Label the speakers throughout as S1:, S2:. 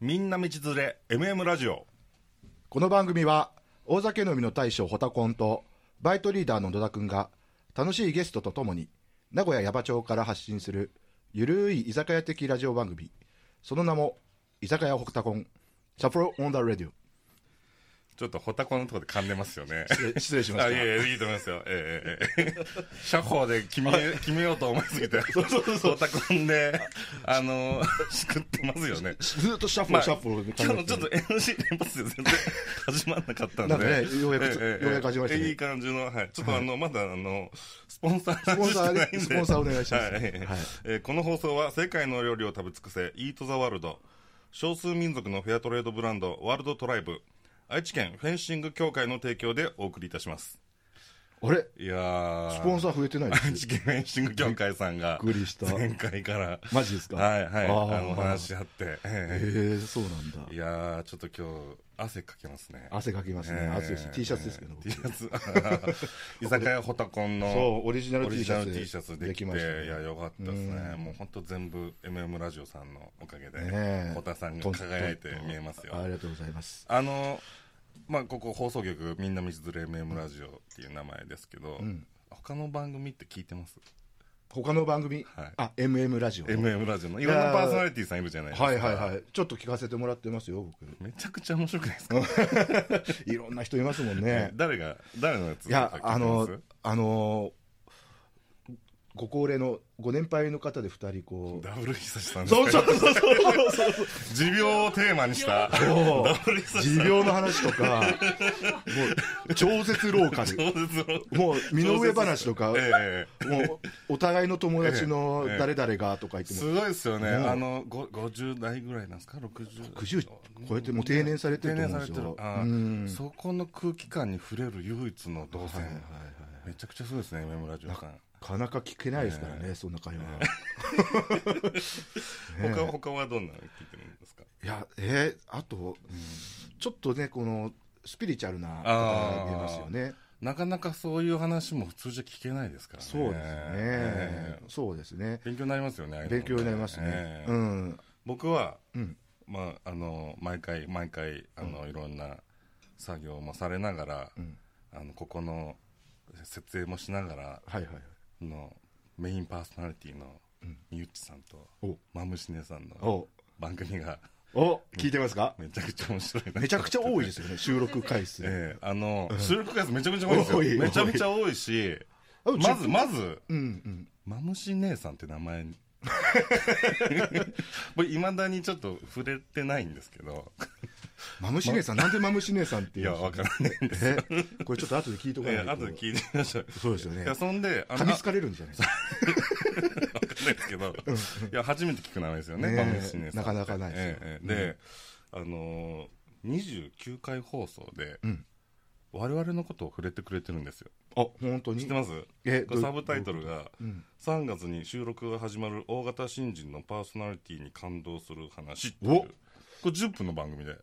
S1: みんな道連れ MM ラジオ
S2: この番組は大酒飲みの大将ホタコンとバイトリーダーの野田くんが楽しいゲストとともに名古屋矢場町から発信するゆるい居酒屋的ラジオ番組その名も居酒屋ホタコンサポロオンダレディ
S1: ちょっとホタコのところで噛んでますよね
S2: オ失礼し
S1: あ
S2: まし
S1: いえ
S2: た
S1: いえいいと思いますよええええええ社交で決 め決めようと思いすぎてホタコンであの しくってますよね
S2: ずーっとシャッフ
S1: ま
S2: ル
S1: あ
S2: シャッフルで考え
S1: 今日
S2: て
S1: のちょっと MC 連発で全然始まんなかったんで。
S2: なんかねようやくようやく始まりましたね
S1: いい感じの、はい。ちょっとあの、まだあの、スポンサー
S2: スポンサーで
S1: してないんで
S2: スポンサーお願いします
S1: はい
S2: はい
S1: えーこの放送は世界の料理を食べ尽くせ、イートザワールド。少数民族のフェアトレードブランド、ワールドトライブ。愛知県フェンシング協会の提供でお送りいたします。
S2: あれ
S1: いやー。
S2: スポンサー増えてないで
S1: 愛
S2: す
S1: 知県フェンシング協会さんが
S2: びっくりした
S1: 前回から
S2: マジですか
S1: はいはい
S2: あ
S1: あ
S2: ー
S1: の話し合って、ええ
S2: へえそうなんだ
S1: いやー、ちょっと今日、汗かけますね。
S2: 汗かきますね、
S1: えー
S2: 暑いし T シャツですけど、
S1: T シャツ。 居酒屋ホタコンの。
S2: そうオリジナル
S1: オリ
S2: T
S1: ジ
S2: シ
S1: ナ
S2: ャ
S1: ル
S2: ツ
S1: T シャツできて、
S2: ましたね
S1: いや、よかったですね。もう本当全部 MM ラジオさんのおかげで、ホタさんが輝いて見えますよ。
S2: ありがとうございます
S1: あの、まあ、ここ放送局、みんな道連れ MM ラジオっていう名前ですけど、他の番組って聞いてます
S2: 他の番組、
S1: はい
S2: あ MM ラジオ
S1: ?MM ラジオのいろんなパーソナリティさんいるじゃないですか。
S2: はいはいはいちょっと聞かせてもらってますよ 僕
S1: めちゃくちゃ面白くないですか、
S2: いろんな人いますもんね
S1: 誰が、誰のやつ
S2: いやあ
S1: 聞い
S2: の
S1: てます
S2: あのご高齢のご年配の方で2人こう
S1: ダブル久志さんですか
S2: そうそうそうそうそうそう
S1: 持病をテーマにした
S2: そう
S1: ダブル久志
S2: 持
S1: さん
S2: 病の話とかもう超絶ローカル
S1: 超絶の
S2: もう身の上話とか
S1: ええ
S2: もうお互いの友達の誰々がとか言っても
S1: すごいですよね、
S2: うん
S1: あのご50代ぐらいなんですか60
S2: 60超えてもう定年されてると思うんで
S1: 定年され
S2: すよ
S1: てるあー
S2: うん
S1: そこの空気感に触れる唯一の動線、めちゃくちゃそうですね MM ラジオさん、
S2: なかなか聞けないですからね、そんな会話。
S1: 他は他はどんなの聞いてるんですか
S2: いや、えーあと、ちょっとね、このスピリチュアルな方が見えますよね。
S1: なかなかそういう話も普通じゃ聞けないですからね
S2: そうですね、
S1: ええ
S2: そうですね。
S1: 勉強になりますよねああいうの
S2: 勉強になりますね。
S1: ええ
S2: うん。
S1: 僕は、
S2: うん
S1: まあ、あの毎回毎回あの、いろんな作業もされながら、
S2: うん
S1: あのここの設営もしながら
S2: はいはいはい。
S1: のメインパーソナリティのみゆっちさんと、
S2: お
S1: まむしねさんの
S2: お、
S1: 番組が
S2: お、聞いてますか、
S1: めちゃくちゃ面白いな
S2: めちゃくちゃ多いですよね、収録回数。
S1: ええあの、収録回数めちゃめちゃ多いですよ
S2: 多い
S1: めちゃめちゃ多いし
S2: あ
S1: まず、まず
S2: うんうん。
S1: マムシ姉さんって名前 僕いまだにちょっと触れてないんですけど
S2: マムシ姉さん、なんでマムシ姉さんって
S1: い
S2: いう
S1: や
S2: の
S1: わからないんです
S2: えこれちょっと後で聞いとか
S1: い
S2: な
S1: や
S2: いと。
S1: 後で聞いてみましょう
S2: そうですよね
S1: いや。そんであ
S2: 噛みつ
S1: か
S2: かれるんじゃないですか。
S1: わかんないですけどいや初めて聞く名前ですよね
S2: ねえ
S1: バムシネさんって
S2: なかなかないですよ
S1: ええええで、あのー、29回放送で、
S2: うん
S1: 我々のことを触れてくれてるんですよ
S2: あ、本当に。
S1: 知ってます
S2: え
S1: これサブタイトルが
S2: うん
S1: 「3月に収録が始まる大型新人のパーソナリティに感動する話」っていう
S2: お
S1: これ10分の番組で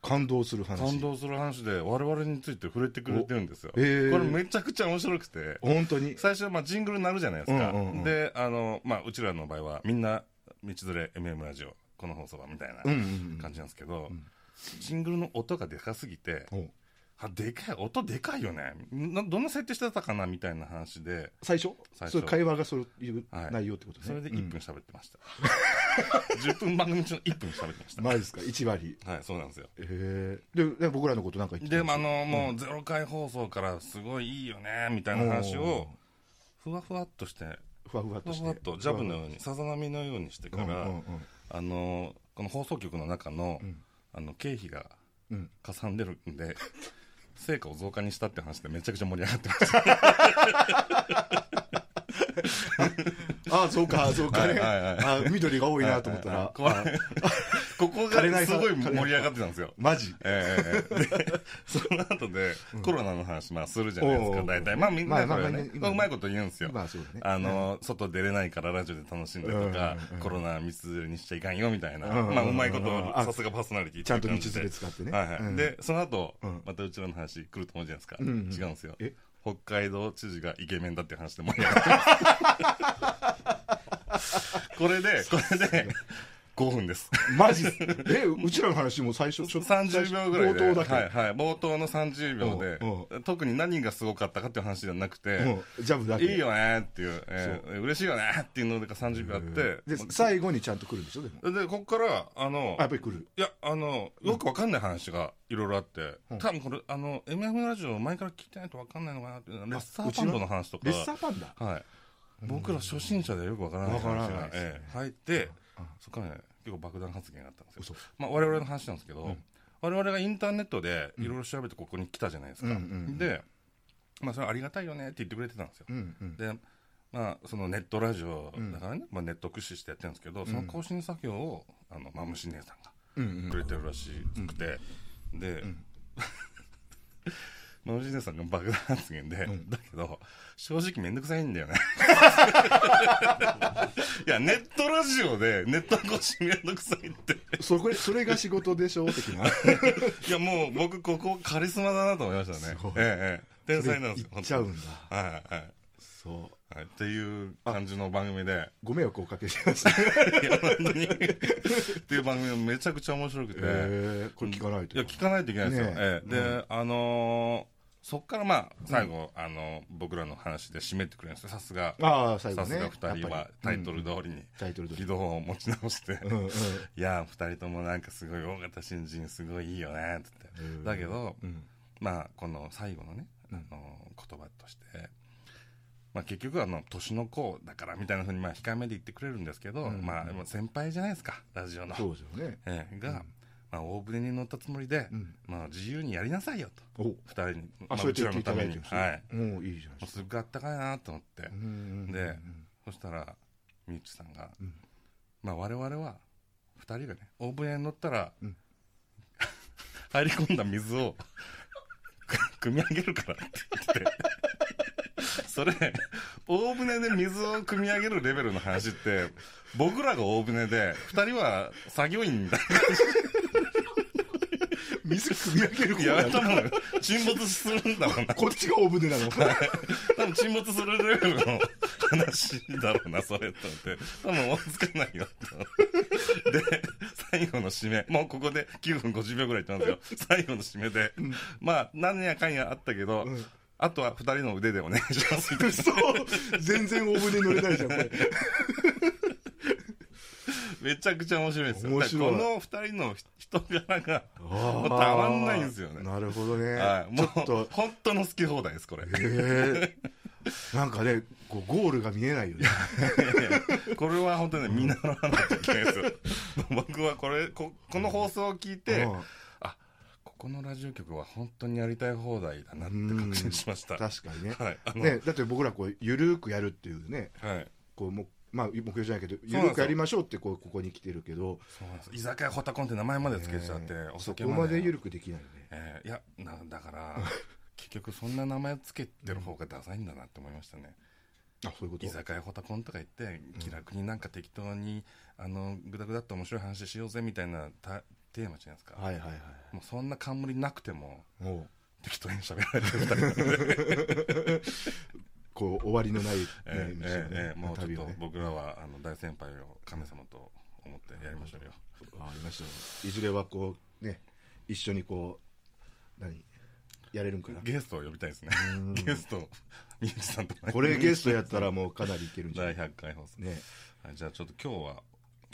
S2: 感動する話。
S1: 感動する話で我々について触れてくれてるんですよ、
S2: おええ
S1: これめちゃくちゃ面白くて
S2: 本当に。
S1: 最初、まあ、ジングル鳴るじゃないですか、
S2: うんうんうん
S1: であの、まあ、うちらの場合はみんな道連れ MM ラジオこの放送はみたいな
S2: うんうん
S1: 感じなんですけど、ジングルの音がでかすぎて、
S2: うん。お
S1: あでかい音でかいよねなどんな設定してたかなみたいな話で
S2: 最初
S1: 最初
S2: そういう会話がそういう
S1: はい
S2: 内容ってことね。
S1: それで
S2: うん
S1: 1分喋ってました、10分番組中の1分喋ってました
S2: マジですか、1割。
S1: はいそうなんですよ
S2: へえ。で、で僕らのことなんか言って
S1: で、
S2: たん
S1: まあ、あの
S2: す
S1: もうゼロ回放送からすごいいいよねみたいな話をふわふわっとして
S2: ふわふわっ
S1: ふ
S2: と
S1: わ
S2: して。
S1: ふわっとジャブのようにさざ波のようにしてから、
S2: うんうんうん
S1: あのこの放送局の中の,、
S2: ん
S1: あの経費が
S2: うん
S1: かさんでるんで、 成果を増加にしたって話でめちゃくちゃ盛り上がってま した
S2: ああ、そう か、そうかね。
S1: はいはい
S2: ああ緑が多いなと思った ら。
S1: これここ
S2: 枯れな
S1: が
S2: い
S1: すごい盛り上がってたんですよ。
S2: マジ。
S1: ええでその後でコロナの話、まあ、するじゃないですか
S2: おう
S1: 大体まあみんなこれ
S2: まあまあ
S1: ね
S2: ま
S1: ま
S2: あ
S1: あうまいこと言うんですよ
S2: まあそうだね。
S1: あの外出れないからラジオで楽しんでとか
S2: うんうんうん
S1: コロナ密連れにしちゃいかんよみたいな
S2: うんうんうん
S1: まあうまいこと
S2: あ
S1: さすがパーソナリティ
S2: ちゃんと道
S1: っていう感じで
S2: 連れ使ってね。
S1: はいはい
S2: うん、
S1: でその後、
S2: うん
S1: またうちらの話来ると思うじゃないですか、
S2: うんうん
S1: 違うんですよ
S2: え
S1: 北海道知事がイケメンだっていう 話で盛り上がってますこれでこれで5分です。
S2: マジっすえうちらの話も最初ちょっと
S1: 30秒ぐらいで
S2: 冒頭だけ、
S1: はいはい、冒頭の30秒で、
S2: う
S1: 特に何がすごかったかっていう話じゃなくて、
S2: うんジャブだけ
S1: いいよねっていう、えー嬉しいよねっていうのが30秒あって、
S2: で最後にちゃんと来るんでしょでも
S1: でここから、あの
S2: あ、やっぱり来る
S1: いや、あの、よくわかんない話がいろいろあって、
S2: うん
S1: 多分これ、あの、MM ラジオ前から聞いてないとわかんないのかなっていうのは、レッサ
S2: う
S1: ー
S2: ちの
S1: パンドの話とか
S2: レ、ッサーパンダ
S1: はい。僕ら初心者でよくわからない話
S2: わから
S1: が
S2: ない、ですね
S1: ええ入って、そこからね、結構爆弾発言があったんですよ。
S2: 嘘
S1: まあ、我々の話なんですけど、
S2: ん
S1: 我々がインターネットでいろいろ調べてここに来たじゃないですか。
S2: うんうんうん
S1: で、まあ、それありがたいよねって言ってくれてたんですよ。
S2: うんうん
S1: で、まあ、そのネットラジオだからね、まあ、ネット駆使してやってるんですけど、その更新作業を、あの、まあ、虫姉さんが。
S2: うん
S1: くれてるらしくて、で、 マムジネさんが爆弾発言で、だけど、正直めんどくさいんだよ ね。いや、ネットラジオで、ネット越しめんどくさいって。
S2: そこそれが仕事でしょ的 ない
S1: や、もう僕、ここカリスマだなと思いましたね。
S2: すごい
S1: ええ、ええ。天才なんですよ
S2: 行。っちゃうんだ
S1: 本当にはいはい。
S2: そう
S1: はい、っていう感じの番組で、
S2: ご迷惑をおかけしました、
S1: いや、本当に。っていう番組がめちゃくちゃ面白くて。
S2: えー、これ聞かないと
S1: いや、聞かないといけないですよ。
S2: ね
S1: ええで、あのーそっからまあ、最後、あの僕らの話で締めてくれるんですよさすが、
S2: ああ最後
S1: さす
S2: ね
S1: が2人
S2: やっ
S1: は
S2: ぱ
S1: タ
S2: り
S1: イトル通りに、
S2: タイトル通り
S1: 軌道を持ち直して、
S2: うんうん
S1: いや、2人ともなんかすごい大型新人、すごいいいよね、つって。
S2: うん
S1: だけど、
S2: うん
S1: まあ、この最後のね、あの言葉として、まあ、結局あの、年の子だからみたいなふうに、まあ、控えめで言ってくれるんですけど、
S2: うん
S1: まあ、先輩じゃないですか、ラジオの。
S2: そうですよね
S1: ええが、まあ、大船に乗ったつもりで、
S2: うん
S1: まあ、自由にやりなさいよと
S2: お
S1: 二人に
S2: あ、
S1: ま
S2: そうや
S1: う
S2: っ
S1: ち
S2: て
S1: ら
S2: 言って
S1: の
S2: いた
S1: た
S2: だ
S1: め
S2: い
S1: に
S2: てる
S1: はいも
S2: もういいじゃないうですか
S1: すっごいあったかいなと思って、
S2: うんうんうん
S1: で、そしたらみゆきさんが、
S2: うん
S1: まあ、我々は二人がね大船に乗ったら、
S2: うん
S1: 入り込んだ水を 汲み上げるからって言って それ大船で水を汲み上げるレベルの話って僕らが大船で二人は作業員だ
S2: 水汲み上げる
S1: い
S2: 方
S1: や、
S2: や
S1: 多
S2: な
S1: 分、沈没するんだろうな。
S2: こっちが大船なの
S1: 多分、沈没するレベルの話だろうな、それと思って。多分、追いつかないよ、と。で、最後の締め。もうここで9分50秒ぐらい言ってますよ。最後の締めで。まあ、何やかんやあったけど、
S2: ん
S1: あとは二人の腕でお願いし ます、みたいな。
S2: そう全然大船乗れないじゃんこれ
S1: めちゃくちゃ面白いんですよ。
S2: 面白
S1: だか
S2: い
S1: らこの二人の人柄が、も
S2: も
S1: うたまんないんですよね。
S2: なるほどね、
S1: はい、も
S2: ちょっ
S1: う
S2: と、
S1: 本当の好き放題です、こ れ。
S2: えー、なんかねこうゴールが見えないよね
S1: いやいやこれは本当にね、見習わなきゃいけないですよ。僕はこれこ、この放送を聞いて、
S2: うん
S1: あ、ここのラジオ局は本当にやりたい放題だなって確信しました。はい。
S2: 確かにね,、
S1: あの、
S2: ねだって僕らこうゆるーくやるっていうね
S1: はい。
S2: こうもうまあ目標じゃないけど
S1: です
S2: ゆ
S1: よ
S2: るーくやりましょうってこうここに来てるけど
S1: そうなんです。居酒屋ホタコンって名前までつけちゃって、
S2: ね
S1: お
S2: そ
S1: 酒
S2: こまでゆ
S1: る。
S2: るくできないよね
S1: えーいや、なだ から、結局そんな名前つけてる方がダサいんだなって思いましたね。
S2: あそういうこと
S1: 居酒屋ホタコンとか言って、気楽になんか適当に、あの、ぐだぐだっと面白い話しようぜみたいなたテーマじゃないですか。
S2: はいはいはい
S1: もうそんな冠なくても、
S2: もう
S1: 適当に喋られてるだけなんで、
S2: こう終わりのない、ね
S1: ええ
S2: 道のね
S1: ええもうちょっ
S2: 旅を
S1: と
S2: ね
S1: 僕らはあの大先輩を神様と思ってやりましょうよ。
S2: わかりましたよいずれはこうね一緒にこう何やれるんかな
S1: ゲストを呼びたいですね。ゲスト、みゆきさんと
S2: これゲストやったらもうかなりいけるんじゃな
S1: 第100回放送、
S2: いね
S1: はいじゃあちょっと今日は、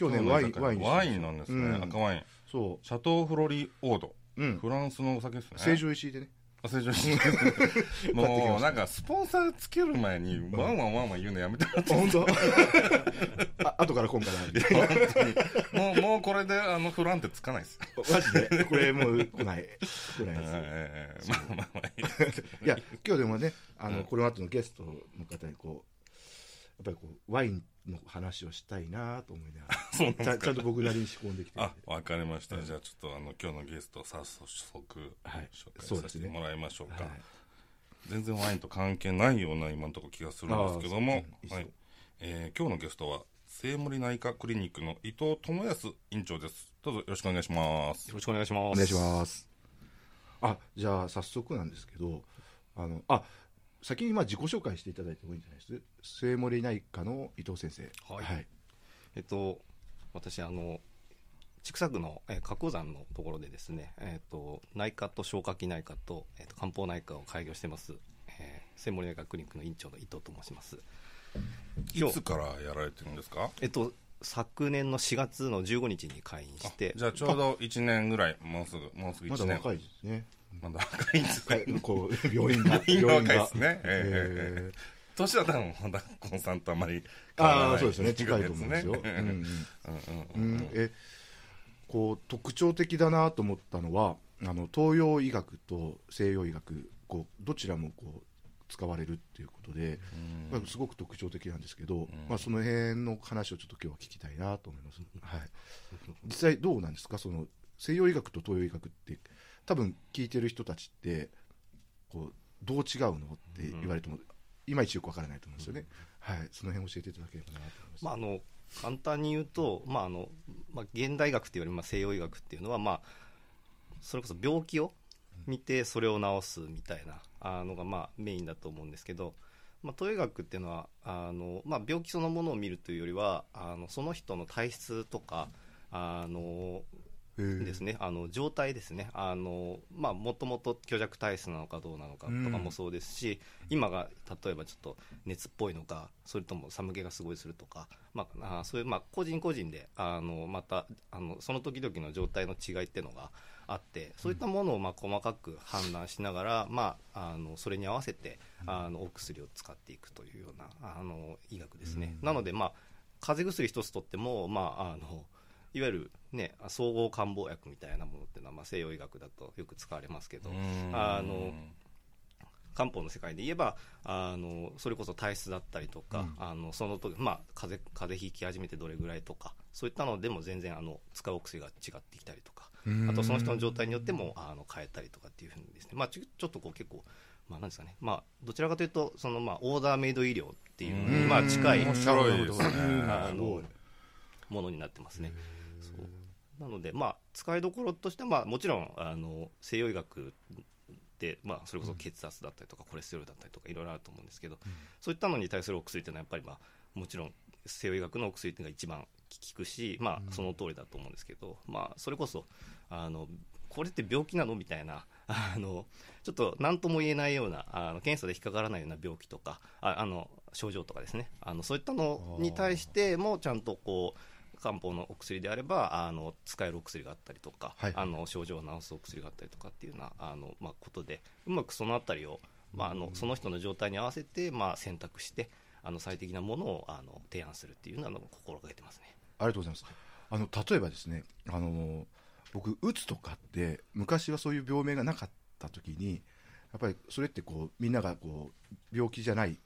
S2: 今日ね
S1: の
S2: ワイ
S1: 居
S2: ン
S1: 酒屋
S2: ワインにしましょう
S1: ワインなんですね、
S2: うん
S1: 赤ワイン。
S2: そ
S1: シャトーフロリオード。
S2: ううん
S1: フランスのお酒ですね。
S2: 成城石井でね
S1: あ 成城石井もうなんかスポンサーつける前にワンワンワンワン言うのやめてもらっていいですか
S2: 本当 あ後から今 回はい
S1: や本当にもうもうこれであのフランってつかないですよ。
S2: マジでこれもう来ない来ないです
S1: ええまあまあまあいい
S2: いや今日でもねあの、この後のゲストの方にこうやっぱりこうワインの話をしたいなと思いなが
S1: そうなんで
S2: ら
S1: す
S2: ち
S1: か
S2: ゃちゃんと僕なりに仕込んできてるん
S1: あ
S2: で
S1: わかりました、じゃあちょっとあの今日のゲストを早速紹
S2: はい
S1: 介させてもらいましょうか、
S2: はい
S1: 全然ワインと関係ないような今のところ気がするんですけども、
S2: あーそう
S1: はいえー今日のゲストは清盛内科クリニックの伊藤智康院長ですどうぞよろしくお願いします
S3: よろしくお願いし
S2: お
S3: ます。
S2: 願いしますあじゃあ早速なんですけどあのあ先にまあ自己紹介していただいてもいいんじゃないですか。末森内科の伊藤先生
S3: はいえっと、私、あの、千種区の、えー、花崗山のところでですね、えー、と内科と消化器内科と,、えー、と漢方内科を開業してます、えー、千森内科クリニックの院長の伊藤と申します
S1: い
S3: 今日
S1: つからやられてるんですか
S3: えっと昨年の4月の15日に開院して
S1: じゃあちょうど1年ぐらいもうすぐもうすぐ
S2: まだ
S1: 1年
S2: 若いですね。
S1: まだ若いんですね
S2: こう病院が。
S1: 病院が若い
S2: が
S1: です ねええ
S2: え
S1: 年は多分まだコンさんとあまり
S2: ー
S1: 変わらな
S2: あ
S1: い
S2: あ、そうですね。近いと思うんですよ。
S1: ね
S2: うん
S1: うん
S2: う
S1: うん
S2: んうんえ、こう特徴的だなと思ったのは、あの東洋医学と西洋医学、こうどちらもこう使われるっていうことで、まあすごく特徴的なんですけど、まあその辺の話をちょっと今日は聞きたいなと思います。はい。実際どうなんですか、その西洋医学と東洋医学って、多分聞いてる人たちってこうどう違うのって言われても、いまいちよくわからないと思うんですよね。はい。その辺教えていただければなと思います。
S3: まあ、あの簡単に言うと、まああのまあ、現代学といわれる、まあ、西洋医学っていうのは、まあ、それこそ病気を見てそれを治すみたいなあのが、まあ、メインだと思うんですけど、まあ、東洋医学っていうのはあの、まあ、病気そのものを見るというよりはあのその人の体質とかあの
S2: へー
S3: ですね、あの状態ですね、あのまあ、もともと虚弱体質なのかどうなのかとかもそうですし、今が例えばちょっと熱っぽいのか、それとも寒気がすごいするとか、まあ、あーそういう、まあ、個人個人であのまたあのその時々の状態の違いっていうのがあって、そういったものをまあ細かく判断しながら、まあ、あのそれに合わせてあのお薬を使っていくというようなあの医学ですね。なので、まあ、風邪薬一つとっても、まあ、あのいわゆる、ね、総合漢方薬みたいなものっていうのは、まあ、西洋医学だとよく使われますけど、
S1: うん
S3: あの漢方の世界で言えばあのそれこそ体質だったりとか、あのその時、まあ、風邪風邪ひき始めてどれぐらいとかそういったのでも全然あの使うお薬が違ってきたりとかあとその人の状態によってもあの変えたりとかっていうふうにですね、まあ、ちょちょっとこう結構、まあ、なんですかね、まあ、どちらかというとその、まあ、オーダーメイド医療っていうのに、まあ、近い
S1: 面白いですね
S3: あのものになってますね。そうなので、まあ、使いどころとしては、まあ、もちろんあの西洋医学で、まあ、それこそ血圧だったりとか、コレステロールだったりとかいろいろあると思うんですけど、そういったのに対するお薬というのはやっぱり、まあ、もちろん西洋医学のお薬というのが一番効くし、まあ、その通りだと思うんですけど、まあ、それこそあのこれって病気なのみたいな。あのちょっと何とも言えないようなあの検査で引っかからないような病気とかああの症状とかですねあのそういったのに対してもちゃんとこう漢方のお薬であればあの使えるお薬があったりとか、
S2: はい
S3: あの症状を治すお薬があったりとかっていうようなあの、まあ、ことでうまくそのあたりを、まあ、あのその人の状態に合わせて、まあ、選択してあの最適なものをあの提案するっていうのを心がけてますね。
S2: ありがとうございます。あの例えばですね、あの僕うつとかって昔はそういう病名がなかった時に、やっぱりそれってこうみんながこう病気じゃない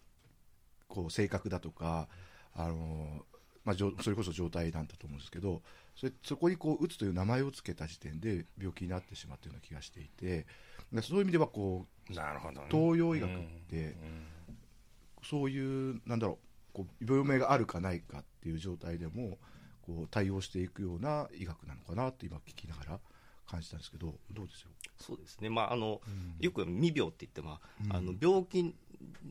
S2: こう性格だとか、あのまあじょそれこそ状態なんだと思うんですけど、それそこにこううつという名前をつけた時点で病気になってしまったような気がしていて、でそういう意味ではこう
S1: なるほどね
S2: 東洋医学って。
S1: うん
S2: そういう、なんだろう、こう病名があるかないかっていう状態でも、こう対応していくような医学なのかなって今聞きながら感じたんですけど、どうでしょう。
S3: そうですね、まああのよく未病って言って、まああの病気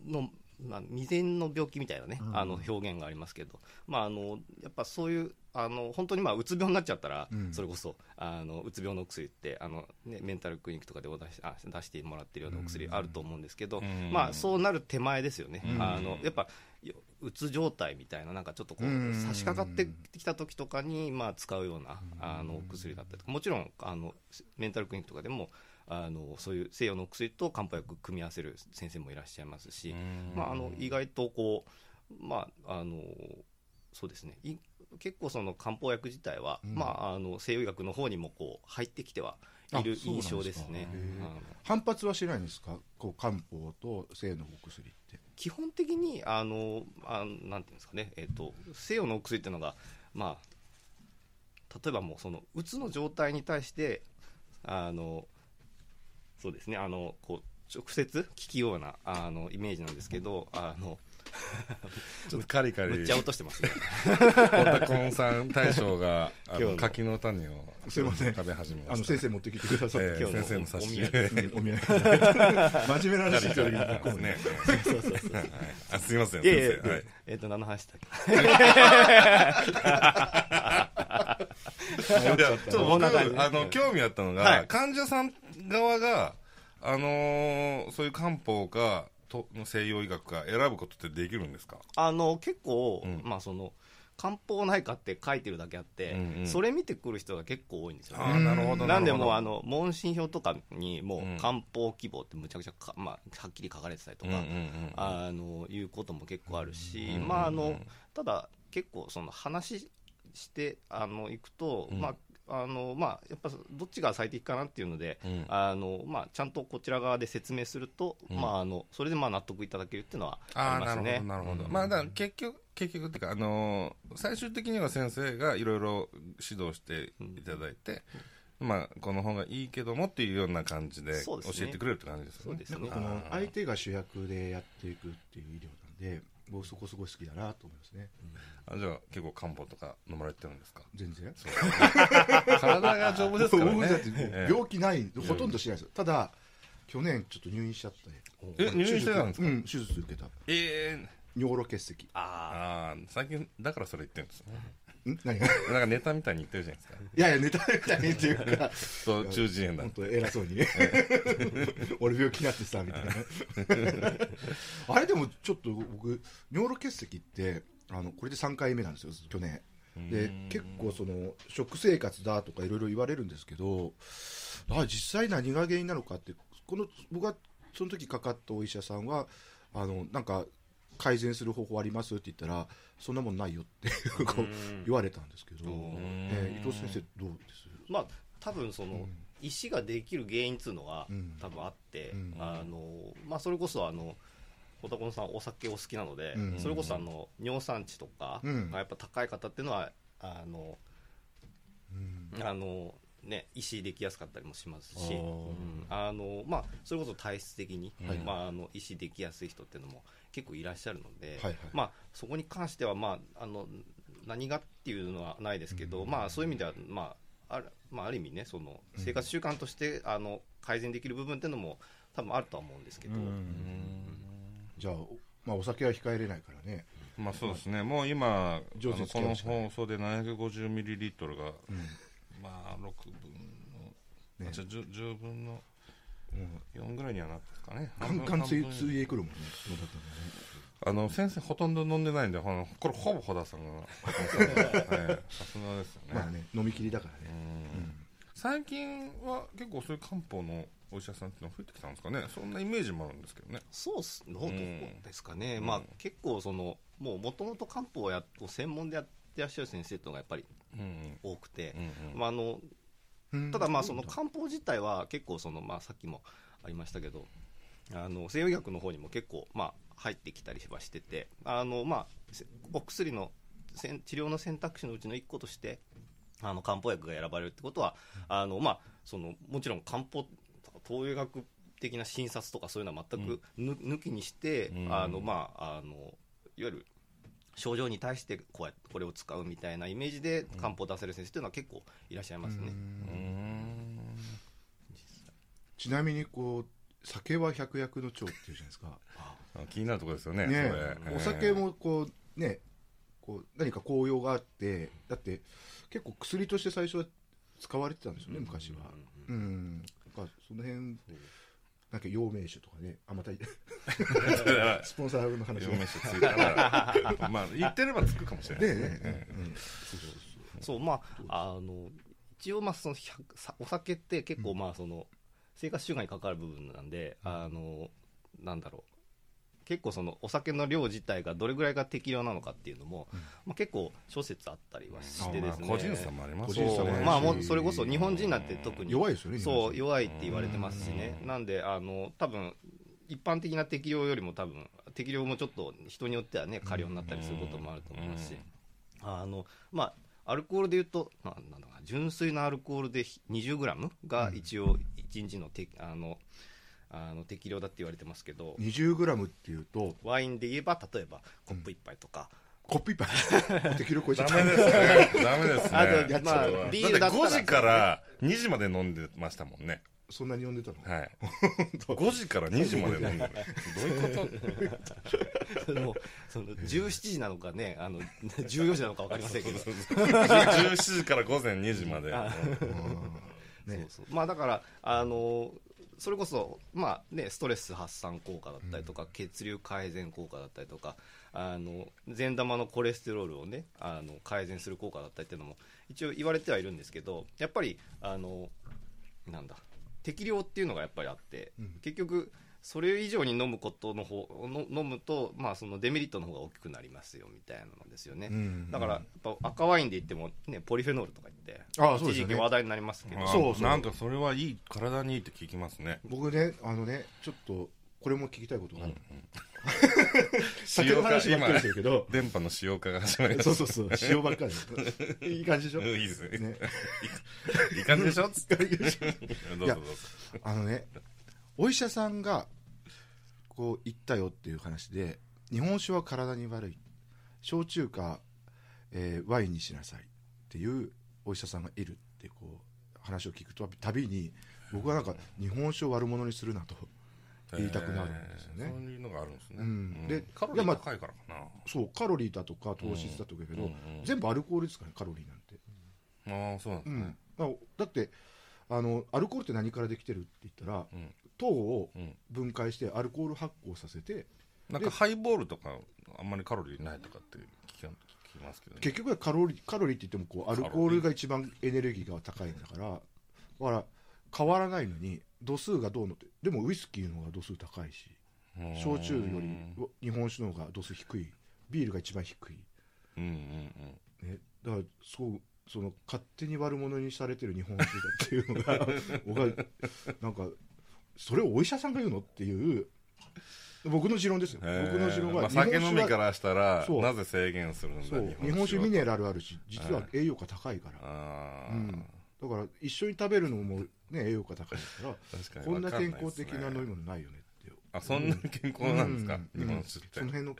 S3: の、まあ、未然の病気みたいなね、あの表現がありますけど、まあ、あのやっぱそういうあの本当に、まあ、うつ病になっちゃったら、それこそあのうつ病のお薬ってあの、ね、メンタルクリニックとかでお出しあ出してもらってるようなお薬あると思うんですけど、
S1: ん
S3: まあ、そうなる手前ですよね。あのやっぱようつ状態みたいな、なんかちょっとこ
S2: うん
S3: う差し掛かってきた時とかに、まあ、使うようなあのお薬だったりとか、もちろんあのメンタルクリニックとかでも、あのそういう西洋のお薬と漢方薬を組み合わせる先生もいらっしゃいますし、まあ、あの意外とこう、まあ、あのそうですね、い結構その漢方薬自体は、まあ、あの西洋医学の方にもこう入ってきてはい
S2: あ
S3: る
S2: そうなんですか
S3: 印象ですね。
S2: へー
S3: あの
S2: 反発はしないんですか、こう漢方と西のお薬って。
S3: 基本的にあのあなんていうんですかね、えっと西洋のお薬っていうのが、まあ、例えばもうそのうつの状態に対してあのそうですねあのこう直接聞きようなあのイメージなんですけどあの
S1: ちょっとカリカリ
S3: むっちゃ落としてますね
S1: 本田 コンさん大将があ
S3: 今日
S1: の
S3: の
S1: 柿の種を
S2: すいません
S1: 食べ始め
S2: あ
S1: ま
S2: の
S1: した
S2: 先生持ってきてくださっ
S1: え
S2: て、
S1: え
S3: 今日の
S1: 先生の差し入
S3: お土産
S1: れ
S2: うんお土産真面目な話してる時に
S1: ね
S3: そうそうそう
S1: あすいません
S3: いやいや
S1: 先生はい
S3: えっと何の話だっけ
S1: いや、ちょっと
S3: こ
S1: 僕、
S3: んな感じ
S1: あの、興味あったのが、
S3: はい
S1: 患者さん側が、あのーそういう漢方か、との西洋医学か選ぶことってできるんですか
S3: あの結構、
S1: うん
S3: まあその漢方内科って書いてるだけあって、
S1: うんうん
S3: それ見てくる人が結構多いんですよ
S1: あ
S3: ね。
S1: あ、なるほど。
S3: なんでもう
S1: な
S3: あ
S1: るほ
S3: の問診票とかにも
S1: うん
S3: う漢方希望ってむちゃくちゃか、まあ、はっきり書かれてたりと
S1: ど
S3: か、
S1: うんうんうん
S3: あのいうことも結構あるし、
S1: うんうんうん
S3: まあ、あのただ結構その話してあのいくと、
S1: うん
S3: まああのまあ、やっぱどっちが最適かなっていうので、
S1: うん
S3: あのまあ、ちゃんとこちら側で説明すると、
S1: うん
S3: まあ、あのそれでまあ納得いただけるっていうのは
S1: あ
S3: あ
S1: あ、
S3: りま
S1: な
S3: す
S1: るほ
S3: ね。
S1: ど、なるほど。
S3: うん
S1: まあ、だから結局、結局っていうか、あのー最終的には先生がいろいろ指導していただいて、まあ、この方がいいけどもっていうような感じで
S3: そ
S1: 教
S3: うですね
S1: えてくれるって感じです
S3: そ
S1: よ
S3: う
S1: ね
S3: で。すね
S1: あー
S2: この相手が主役でやっていくっていう医療なんで僕そこすごい好きだなと思いますね
S1: あじゃあ、結構漢方とか飲まれてるんですか
S2: 全然
S1: 体が丈夫ですから
S2: 僕
S1: ね
S2: だって。
S1: ええ
S2: 病気ないほとんどしないですよただ去年ちょっと入院しちゃって
S1: え入院してたんですか
S2: うん手術受けた
S1: ええ
S2: 尿路結石
S3: あ
S1: ああ、最近、だからそれ言ってるんですね。
S2: ん何がい
S1: なんかネタみたいに言ってるじゃないですか。
S2: やいやネタみたいにっていうか
S1: そう、中耳炎だ
S2: 本。当偉そうにね 俺病気になってさみたいなあれでもちょっと僕尿路結石ってあのこれで3回目なんですよ去年
S1: う
S2: で
S1: ん
S2: 結構その食生活だとかいろいろ言われるんですけどあ実際何が原因なのかってこの僕がその時かかったお医者さんはあのなんか改善する方法ありますって言ったらそんなもんないよってこう言われたんですけど、
S3: うん
S2: えー伊藤先生どうです、
S3: まあ多分その、石ができる原因っていうのが
S2: うん
S3: 多分あって、
S2: うん
S3: あのまあ、それこそあの小田子さんお酒お好きなので、
S2: うん
S3: それこそあの尿酸値とか
S2: うん
S3: がやっぱ高い方っていうのはあの、
S2: うん
S3: あのね、石できやすかったりもしますし、
S1: あー
S3: うんあのまあ、それこそ体質的に、
S1: はい
S3: まあ、あの石できやすい人っていうのも結構いらっしゃるので、
S2: はいはい
S3: まあ、そこに関しては、まあ、あの何がっていうのはないですけど、まあ、そういう意味では、まああるまあ、ある意味ねその生活習慣として、あの改善できる部分っていうのも多分あるとは思うんですけど、
S2: じゃあ、おまあ、お酒は控えれないからね、
S1: まあそうですね、もう今、あ
S2: 上手
S1: の
S2: に
S1: こ
S2: 付き合
S1: の
S2: うしかない
S1: 放送で750ミリリットルが、
S2: うん
S1: まあ、6分の、
S2: ね
S1: あじゃあ 10, 10分の
S2: うん
S1: 4ぐらいにはなったかね、
S2: カンカンつい
S1: 半分
S2: ついでくるもんね野田
S1: あの先生、ほとんど飲んでないんで、ほんこれ、ほぼ穂田さんが、 ええさすがですよね,、
S2: 君はねまあね飲みきりだから
S1: う
S2: ね、
S1: ん最近は結構、そういう漢方のお医者さんっていうのは増えてきたんですかね、そんなイメージもあるんですけどね。
S3: そうっすどうどうですかね、
S1: うん
S3: ま
S1: う
S3: あ
S1: ん、
S3: 結構その、もうもともと漢方をやを専門でやってらっしゃる先生というのがやっぱり
S1: うん
S3: 多くて
S1: う、んうん
S3: まあ、あの
S2: うん
S3: ただまあその漢方自体は結構そのまあさっきもありましたけどあの西洋医学の方にも結構まあ入ってきたりはしててあのまあせお薬のせん治療の選択肢のうちの一個としてあの漢方薬が選ばれるってことはあのまあそのもちろん漢方東洋医学的な診察とかそういうのは全くぬ抜きにして、
S1: うん
S3: あのまああのいわゆる症状に対してこうやってこれを使うみたいなイメージで漢方を出せる先生というのは結構いらっしゃいますね。
S2: うん
S1: うん
S2: ちなみにこう酒は百薬の長っていうじゃないですか、
S1: あ気になるところですよね、
S2: ね
S1: それ
S2: お酒、もこうねこう何か効用があってだって結構薬として最初は使われてたんですよね昔はうんなんかその辺なんか陽明酒とかねあまた
S1: ええだから
S2: スポンサーの話
S1: 両
S2: ね
S1: 面ついたら、まあ、言ってればつくかもしれない
S2: ね
S1: ですね。
S2: ね、うん、そうそう
S3: そうまああの一応まあそのひゃくさお酒って結構まあその生活習慣に関わる部分なんで、あのなんだろう結構そのお酒の量自体がどれぐらいが適量なのかっていうのも、まあ、結構諸説あったりはしてですね、
S1: まあ個人差もあります
S2: 個人差
S3: そ
S2: も
S3: う
S2: あるし
S3: まあもうそれこそ日本人なんて特
S2: そう
S3: に
S2: 弱いですよね
S3: そう
S2: 弱
S3: 弱いって言われてますしね、なんで、あの多分一般的な適量よりも、多分適量もちょっと人によってはね、過量になったりすることもあると思いますし、あのまあ、アルコールでいうと、ななんだかな純粋なアルコールで 20g が一応、1日のてあのあの適量だって言われてますけど、
S2: 20グラムっていうと
S3: ワインで言えば、例えばコップ1杯とか。
S2: コップ一 杯適量超えちゃ
S1: ダ
S2: っ
S1: メ
S2: た
S1: ですね。ダメですね。
S3: あと、ま
S2: ちょっ
S3: あ
S2: と、
S3: ビール
S1: だっ
S3: だってたら
S1: 5時から2時まで飲んでましたもんね。
S2: そんなに呼んでたの
S1: はい5時から2時まで飲んでるどういうこと
S3: そのその17時なのかねあの14時なのか分かりませんけどそう
S1: 17時から午前2時まで
S3: あ
S2: うんね
S3: そうまあだからあのそれこそ、まあね、ストレス発散効果だったりとか、血流改善効果だったりとかあの善玉のコレステロールを、ね、あの改善する効果だったりっていうのも一応言われてはいるんですけどやっぱりあのなんだ適量っていうのがやっぱりあって、
S2: うん
S3: 結局それ以上に飲むことの方の飲むと、まあ、そのデメリットの方が大きくなりますよみたいなのですよね、
S2: うん
S3: だからやっぱ赤ワインで言っても、ね、ポリフェノールとか言って
S2: ああそうですよね
S3: 一時期話題になりますけど、
S2: そうそう
S1: なんかそれはいい体にいいって聞きますね
S2: 僕ねあのねちょっとこれも聞きたいことがある、
S1: 使
S2: 酒
S1: 用
S2: の
S1: 化
S2: 話ばっ
S1: 今
S2: かりしてるけど
S1: 電波の使用化が始まりま
S2: そう
S1: し
S2: そうそう塩ばっかりいい感じでしょ
S1: た いいですね
S2: ね
S1: いい感じでしょつってどうぞどうぞ
S2: あのねお医者さんがこう言ったよっていう話で日本酒は体に悪い焼酎か、えーワインにしなさいっていうお医者さんがいるってこう話を聞くとたびに僕はなんか日本酒を悪者にするなと言いたくなるんですよね
S1: へーそういうのがあるんですね、
S2: うんで
S1: でカロ
S2: い
S1: リ
S2: や
S1: ー
S2: まあ
S1: 高いからかな、
S2: そうカロリーだとか糖質だとかだけど、
S1: うんうん
S2: 全部アルコールですからねカロリーなんて、
S1: ああそうなんで
S2: う
S1: すね
S2: ん、だだってあのアルコールって何からできてるって言ったら、
S1: うん
S2: 糖を
S1: うん、
S2: 分解してアルコール発酵させて
S1: なんかハイボールとかあんまりカロリーないとかって聞き聞きますけど、ね、
S2: 結局はカロリーカロリーって言ってもこうアルコールが一番エネルギーが高いんだからだから変わらないのに度数がどうのってでもウイスキーの方が度数高いし
S1: うん
S2: 焼酎より日本酒の方が度数低いビールが一番低い、
S1: うんうんうん
S2: ね、だからそうその勝手に悪者にされてる日本酒だっていう のが僕はなんかそれをお医者さんが言うのっていう僕の持論ですよ僕
S1: へー
S2: の持論
S1: ま
S2: は
S1: あ、酒飲み
S2: は
S1: からしたら
S2: そう
S1: なぜ制限するんだ
S2: そう日本酒ミ
S1: は
S2: ネラルあるし実は栄養価高いから、
S1: ああ、
S2: うんだから一緒に食べるのもね栄養価高 いから
S1: 確かに
S2: こんな
S1: わかい
S2: 健
S1: っすね
S2: 康的な飲み物ないよねって
S1: あそんなに健康なんですか、
S2: うん
S1: 日本酒って、
S2: その辺の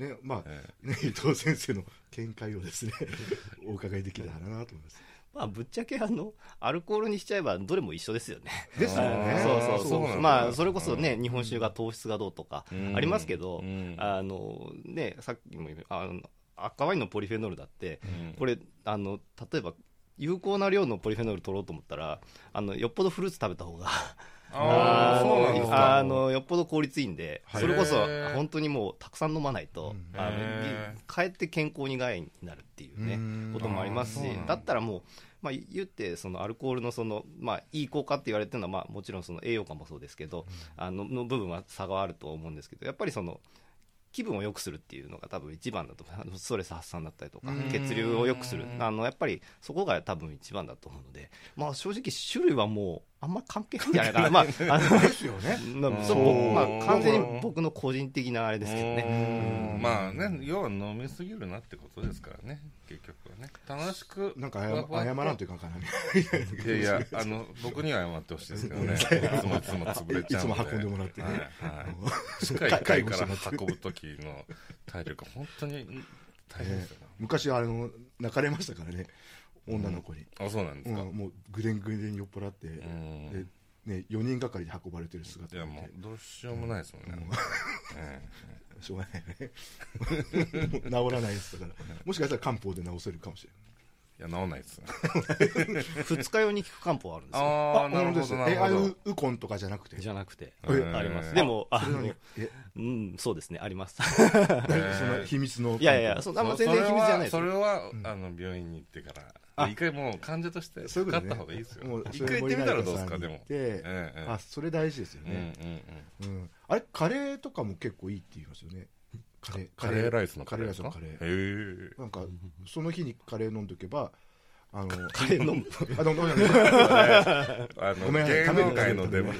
S2: ねまあ、
S1: え
S2: ね、伊藤先生の見解をですね お伺いできたらなと思います
S3: まあ、ぶっちゃけあのアルコールにしちゃえばどれも一緒ですよね。
S2: ですよね
S3: そうそうそう
S1: そうなんだ
S3: まあそれこそね日本酒が糖質がどうとか
S1: うん
S3: ありますけど、
S1: うん
S3: あのねさっきも言うあの赤ワインのポリフェノールだって
S1: えうん
S3: これあの例えば有効な量のポリフェノール取ろうと思ったらあのよっぽどフルーツ食べた方が
S1: ああそうなんですか
S3: あのよっぽど効率いいんで
S2: はい
S3: それこそ
S1: へー
S3: 本当にもうたくさん飲まないと
S2: うん
S3: あの
S1: へ
S3: かえって健康に害になるっていう
S2: う
S3: ね
S2: ん
S3: こともありますし
S1: あーそうなんだ
S3: だったらもう、まあ、言ってそのアルコールのその、まあ、いい効果って言われてるのは、まあ、もちろんその栄養価もそうですけどあのの部分は差があると思うんですけどやっぱりその。気分を良くするっていうのが多分一番だとあのストレス発散だったりとか
S2: うん
S3: 血流を良くするあのやっぱりそこが多分一番だと思うので、まあ、正直種類はもうあんま関係ないんじゃないかな、まあ、あの
S2: ですよね
S3: まあ、
S1: そう
S3: そう僕ま
S1: うん
S3: あ、完全に僕の個人的なあれですけど
S1: う
S3: ね。
S1: んまあね要は飲みすぎるなってことですからね結局はね楽しく
S2: なんか謝謝らんといかんかな
S1: いやいやあの僕には謝ってほしいですけど ねいつもいつも潰れちゃうん
S2: いつも運んでもらってね
S1: はいはい、しっかり1
S2: 介
S1: 回
S2: 護
S1: か
S2: して
S1: ら
S2: もらって
S1: 運ぶ時の体力本当に大変ですよね、
S2: 昔あの泣かれましたからね女の子に、
S1: あそうなんで
S2: う
S1: す
S2: ん
S1: か、
S2: もうぐでんぐでんに酔っ払って、
S1: ん
S2: でね、4人がかりで運ばれてる姿
S1: いや
S2: を見
S1: も
S2: て
S1: うどうしようもないですもんね、え
S2: しょうがないよね 治らないやつだから もしかしたら漢方で治せるかもしれない
S1: えいや治んないです
S3: 二日用に効く漢方あるんですよ。
S1: ああなるほ
S2: です
S1: ど
S2: え
S1: なる
S2: ああい
S1: ほ
S2: う
S1: ど
S2: ウコンとかじゃなくて
S3: じゃなくて。
S1: え
S3: あります。でも、あ
S2: それなの
S3: の
S2: に、 え
S3: うん、そうですね、あります。
S1: ー
S2: その秘密の
S3: いやいや、そんな
S1: そ
S3: 全然秘密じゃないです
S1: それ
S3: よ。
S1: はそれはあの病院に行ってから一回もう患者として
S2: そういう
S1: か
S2: こ
S1: か
S2: と
S1: った方
S2: ね
S1: がいいですよ
S2: もう
S1: 一
S2: それ
S1: 回行ってみたらどうです
S2: 森永さ
S1: か
S2: ん
S1: でも
S2: に行って
S1: ええ
S2: あそれ大事ですよ
S1: うんうん
S2: ね、
S1: うん
S2: うんあれカレーとかも結構いいって言いますよねカレー
S1: カレーライスの
S2: カ
S1: カ
S2: レ
S1: レーで
S2: ーライス
S1: す
S2: の
S1: か
S2: カレー
S1: へー
S2: なんかその日にカレー飲んどけば あの
S3: カレー飲む。
S2: あどうもどうも
S1: あ
S2: ごめ
S1: の
S2: んなさい
S1: 芸能界の出番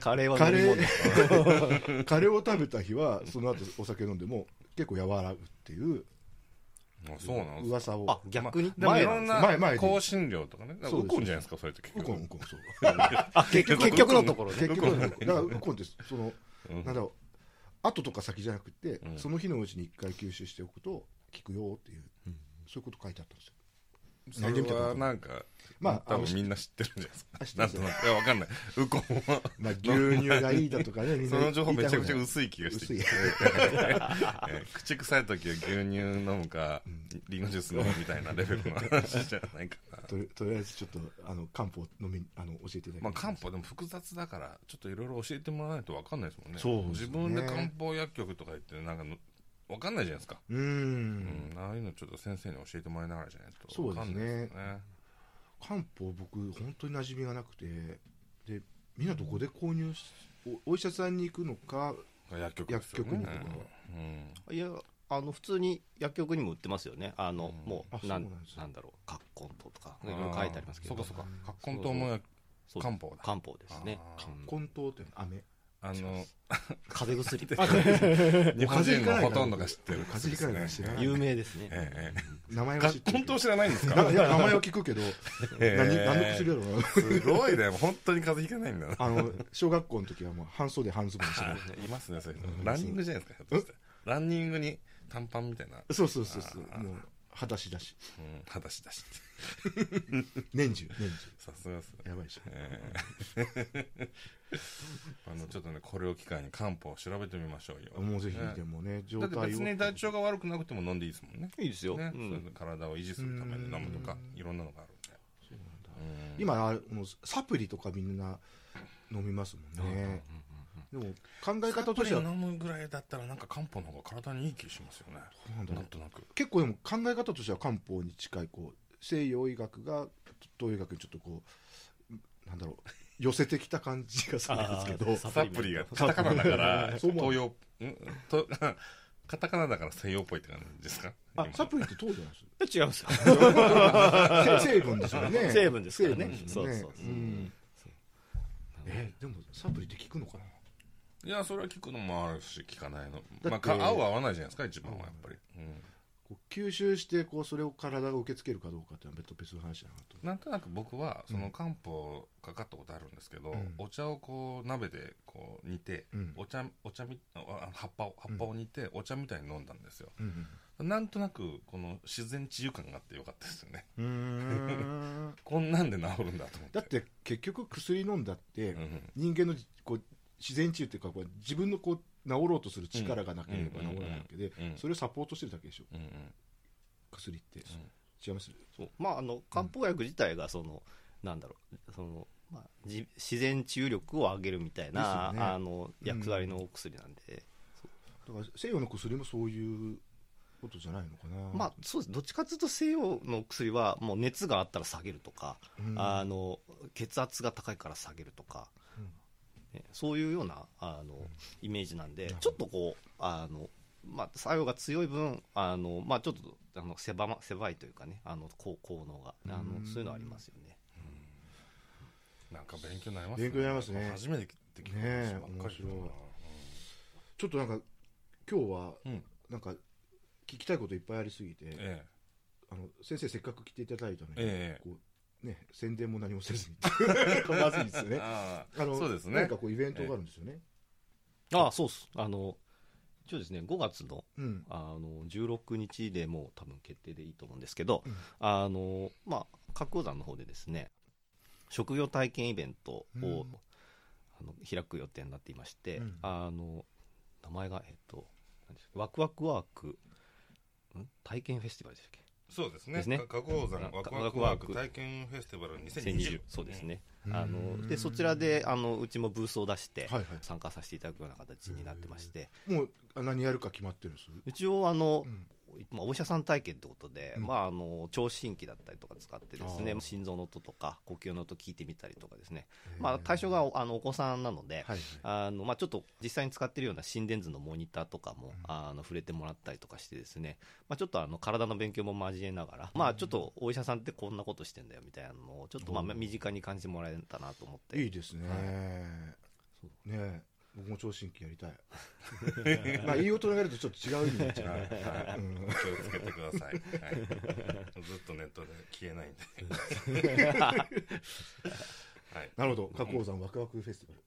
S3: カレーは
S2: カ
S3: 飲み
S2: レ
S3: 物。
S2: ーカレーを食べた日はその後お酒飲んでも結構和らぐっていう
S1: あそうなんですか
S2: 噂を
S3: あ、逆に
S1: でもい
S3: 前な
S1: ろ
S3: ん
S1: ん
S3: ですね
S1: な
S2: 前前で
S1: 香辛料とかね
S2: そう
S1: ウ
S2: です
S1: コンじゃないですかそれって結
S2: ウ
S1: 局
S2: コンウコンそう
S3: あ結局結局のところ
S2: 結
S3: ね。
S2: 局だからウコンってその
S1: うん
S2: なんだろう後とか先じゃなくて、
S1: うん
S2: その日のうちに一回吸収しておくと効くよっていう、そういうこと書いてあったんですよ
S1: それはなんか、ま
S2: まあ
S1: あ、多分みんな知ってるんじゃないです
S2: あ
S1: か
S2: 知っ。て
S1: な
S2: ま
S1: ん
S2: す
S1: となく。いや、わかんない。ウコンは、
S2: まあ、牛乳が いいだとかね、みん
S1: そ
S2: な
S1: の情報めちゃくちゃ
S2: 言い
S1: 薄い気がしてきて。え ー 口臭い時は牛乳飲むか、リンゴジュース飲むみたいなレベルの話じゃないかな
S2: た。方がいいととりあえずちょっとあの漢方飲みあの教えていただき
S1: まあ、
S2: ます
S1: 漢方でも複雑だから、ちょっといろいろ教えてもらわないとわかんないですもんね。
S2: そうです
S1: 自
S2: ね
S1: 分で漢方薬局とか行って、なんかの、わかんないじゃないですか。
S2: うーん
S1: うん、ああいうのちょっと先生に教えてもらいながらじゃないと
S2: そう
S1: わ
S2: で
S1: か
S2: すね
S1: んないですよね。
S2: 漢方僕本当に馴染みがなくてでみんなどこで購入しおお医者さんに行くのか
S1: 薬局ですよね
S2: 薬局にとかは
S1: うん
S3: いやあの普通に薬局にも売ってますよねあの、
S1: うん
S3: も
S2: あ
S3: うな
S2: そ
S3: ん
S2: うなんですね
S3: なんだろう葛根湯とかいろいろ書いてありますけ
S1: そ
S3: ど
S1: うかそうか
S2: うん
S1: 葛根湯も
S3: そう
S1: 漢方だ
S3: 漢方ですね
S1: あー
S3: うん
S2: 根湯っていうのは飴
S1: あの
S3: 風邪 薬
S1: 日本人の
S2: もう風邪ひかないから
S1: ほとんどが知ってる
S2: 風邪ひかないから知らない
S3: 有名ですね、
S1: えええ
S2: 名前
S1: え
S2: は知って
S1: 葛
S2: る
S1: 根湯知らないんです
S2: な
S1: か
S2: んかいや名前は聞くけど
S1: え
S2: 何
S1: え
S2: 何の薬だろうな
S1: すごいね本当に風邪ひかないんだな
S2: あの小学校の時はもう半袖半ズボンしてた
S1: いますねそういう人ランニングじゃないですかひょっとしてランニングに短パンみたいな
S2: そうそうそうそう
S1: あー
S2: もう裸足だし
S1: うん裸足だしって
S2: 年中年
S1: さすがです ね
S2: 中やばいでしょ
S1: ええあのちょっとねこれを機会に漢方を調べてみましょうよ
S2: もうぜひ
S1: ね
S2: でもね状
S1: だっ
S2: 態
S1: て
S2: を
S1: 別に体調が悪くなくても飲んでいいですもんね
S3: いいですよ、
S1: ね
S3: う
S1: そうんいう体を維持するために飲むとか
S2: うん
S1: いろんなのがあるんで
S2: そうなんだ
S1: うん
S2: 今あのサプリとかみんな飲みますもんねでも考え方としては
S1: サプリ飲むぐらいだったらなんか漢方の方が体にいい気しますよね
S2: そうなんだ
S1: な
S2: ろ
S1: ん
S2: う
S1: となく
S2: 結構でも考え方としては漢方に近いこう西洋医学が東洋医学にちょっとこうなんだろう寄せてきた感じがするんですけ ど
S1: サプリがカタカナだから
S2: そう
S1: 東
S2: 思う
S1: 洋んと カタカナだから西洋っぽいって感じですか
S2: あ
S1: 今
S2: サプリって東洋なんです
S3: 違うんですよ
S2: よ成分ですよね
S3: 成分ですからね
S2: 成分です
S3: そ
S2: よ
S3: うそうそう
S2: うん
S3: そう
S2: えでもサプリって効くのかない
S1: やそれは聞くのもあるし聞かないの
S2: て
S1: まあか合う合わないじゃないですか一番はやっぱりうん
S2: こう吸収してこうそれを体が受け付けるかどうかっていうのは別々の話だなと
S1: なんとなく僕はそ
S2: うん
S1: の漢方かかったことあるんですけど、
S2: うん
S1: お茶をこう鍋でこう煮て、
S2: うん
S1: お茶お茶みあ葉っぱを葉っぱを煮て、お茶みたいに飲んだんですよ
S2: うん
S1: なんとなくこの自然治癒感があってよかったですよね
S2: うん
S1: こんなんで治るんだと思って
S2: だって結局薬飲んだって、
S1: うんうん
S2: 人間のじこう自然治癒っていうかこう自分のこう治ろうとする力がなければ
S1: うん
S2: 治らないわけで、
S1: うん
S2: それをサポートしてるだけでしょ
S1: うんうん
S2: 薬って、
S1: ん
S2: 違います
S3: そうまああの漢方薬自体がその、なんだろうその、まあ、じ自然治癒力を上げるみたいな、
S2: ですよね
S3: あの薬剤のお薬なんで、
S2: だから西洋の薬もそういうことじゃないのかな
S3: まあそうですどっちかというと西洋の薬はもう熱があったら下げるとか、
S2: うん
S3: あの血圧が高いから下げるとか、ねそういうようなあの、イメージなんでちょっとこうあの、まあ、作用が強い分あの、まあ、ちょっとあの狭ま狭いというかねあの効効能があの、
S2: うん
S3: そういうのはありますよね。
S1: なんか勉強になります
S2: 勉強になりますね
S1: 初めて聞きま
S2: ねえ
S1: したばっかりだな
S2: 面ちょっとなんか今日は
S1: うん
S2: なんか聞きたいこといっぱいありすぎて、
S1: え
S2: あの先生せっかく来ていただいたのに、
S1: ええ
S2: こうね宣伝も何もせずにまずいですよ
S1: え
S2: ね
S1: ああ
S2: あの
S1: そうですね
S2: なんかこうイベントがあるんですよね、
S3: ああそうっすあの一応ですね5月の
S2: うん
S3: あの16日でもう多分決定でいいと思うんですけど、
S2: うん
S3: あのまあ覚悟山の方でですね職業体験イベントを、
S2: うん
S3: あの開く予定になっていまして、
S2: うん
S3: あの名前がえっと何でしたっけワクワクワークん体験フェスティバルでしたっけ
S1: そうです
S3: で
S1: ね
S3: すね
S1: か花崗山ワクワクワーク体験フェスティバル2020
S3: そうですね、
S2: うん
S3: あのでそちらであのうちもブースを出して
S2: はいは
S3: 参加させていただくような形になってまして、
S2: いもうあ何やるか決まってるんです
S3: 一応あの、
S2: うん
S3: まあ、お医者さん体験ってことで、
S2: うん
S3: まあ、あの聴診器だったりとか使ってですね
S2: あー
S3: 心臓の音とか呼吸の音聞いてみたりとかですね、まあ、対象がおあのお子さんなので、
S2: はいはい
S3: あのまあ、ちょっと実際に使ってるような心電図のモニターとかも、あの触れてもらったりとかしてですね、まあ、ちょっとあの体の勉強も交えながら、まあ、ちょっとお医者さんってこんなことしてんだよみたいなのをちょっとまあ
S2: うん
S3: 身近に感じてもらえたなと思って
S2: いいですね、
S3: は
S2: そうねえ僕も聴診器やりたい まあいい音流れるとちょっと違う意味になっちゃ
S1: は
S2: う
S1: いはい
S2: うん
S1: 気をつけてください、はい、ずっとネットで消えないんではい
S2: なるほど花崗山ワクワクフェスティバル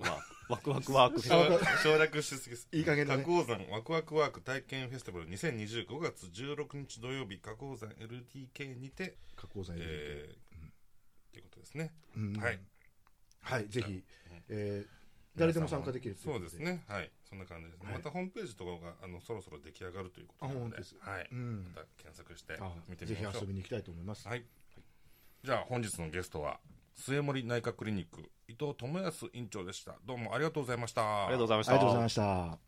S3: まあワクワクワー クフェス
S1: 省略しすぎです。
S2: いい加減だね
S1: 花崗山ワクワクワーク体験フェスティバル2020 5月16日土曜日、花崗山 LDK にて、
S2: 加工剤入れて
S1: えー、ということですね。
S2: うん
S1: はい。
S2: はい、ぜひ、えー誰でも参加できるとい
S1: そうう
S2: こ
S1: で
S2: と
S1: す。ね。はい。そんな感じですね。
S2: はい
S1: またホームページとかが、あの、そろそろ出来上がるということな
S2: あ
S1: の
S2: 本
S1: で、
S2: 当です
S1: はい。
S2: うん
S1: また検索して
S2: あ
S1: 見て
S2: ぜ
S1: み
S2: ひ
S1: ましょ
S2: 遊
S1: う。
S2: びに行きたいと思います。
S1: はい。じゃあ、本日のゲストは、末森内科クリニック、伊藤智康院長でした。どうもありがとうございました。あ
S3: ありがとうございまし
S2: ありがとうござい
S3: た
S2: ました。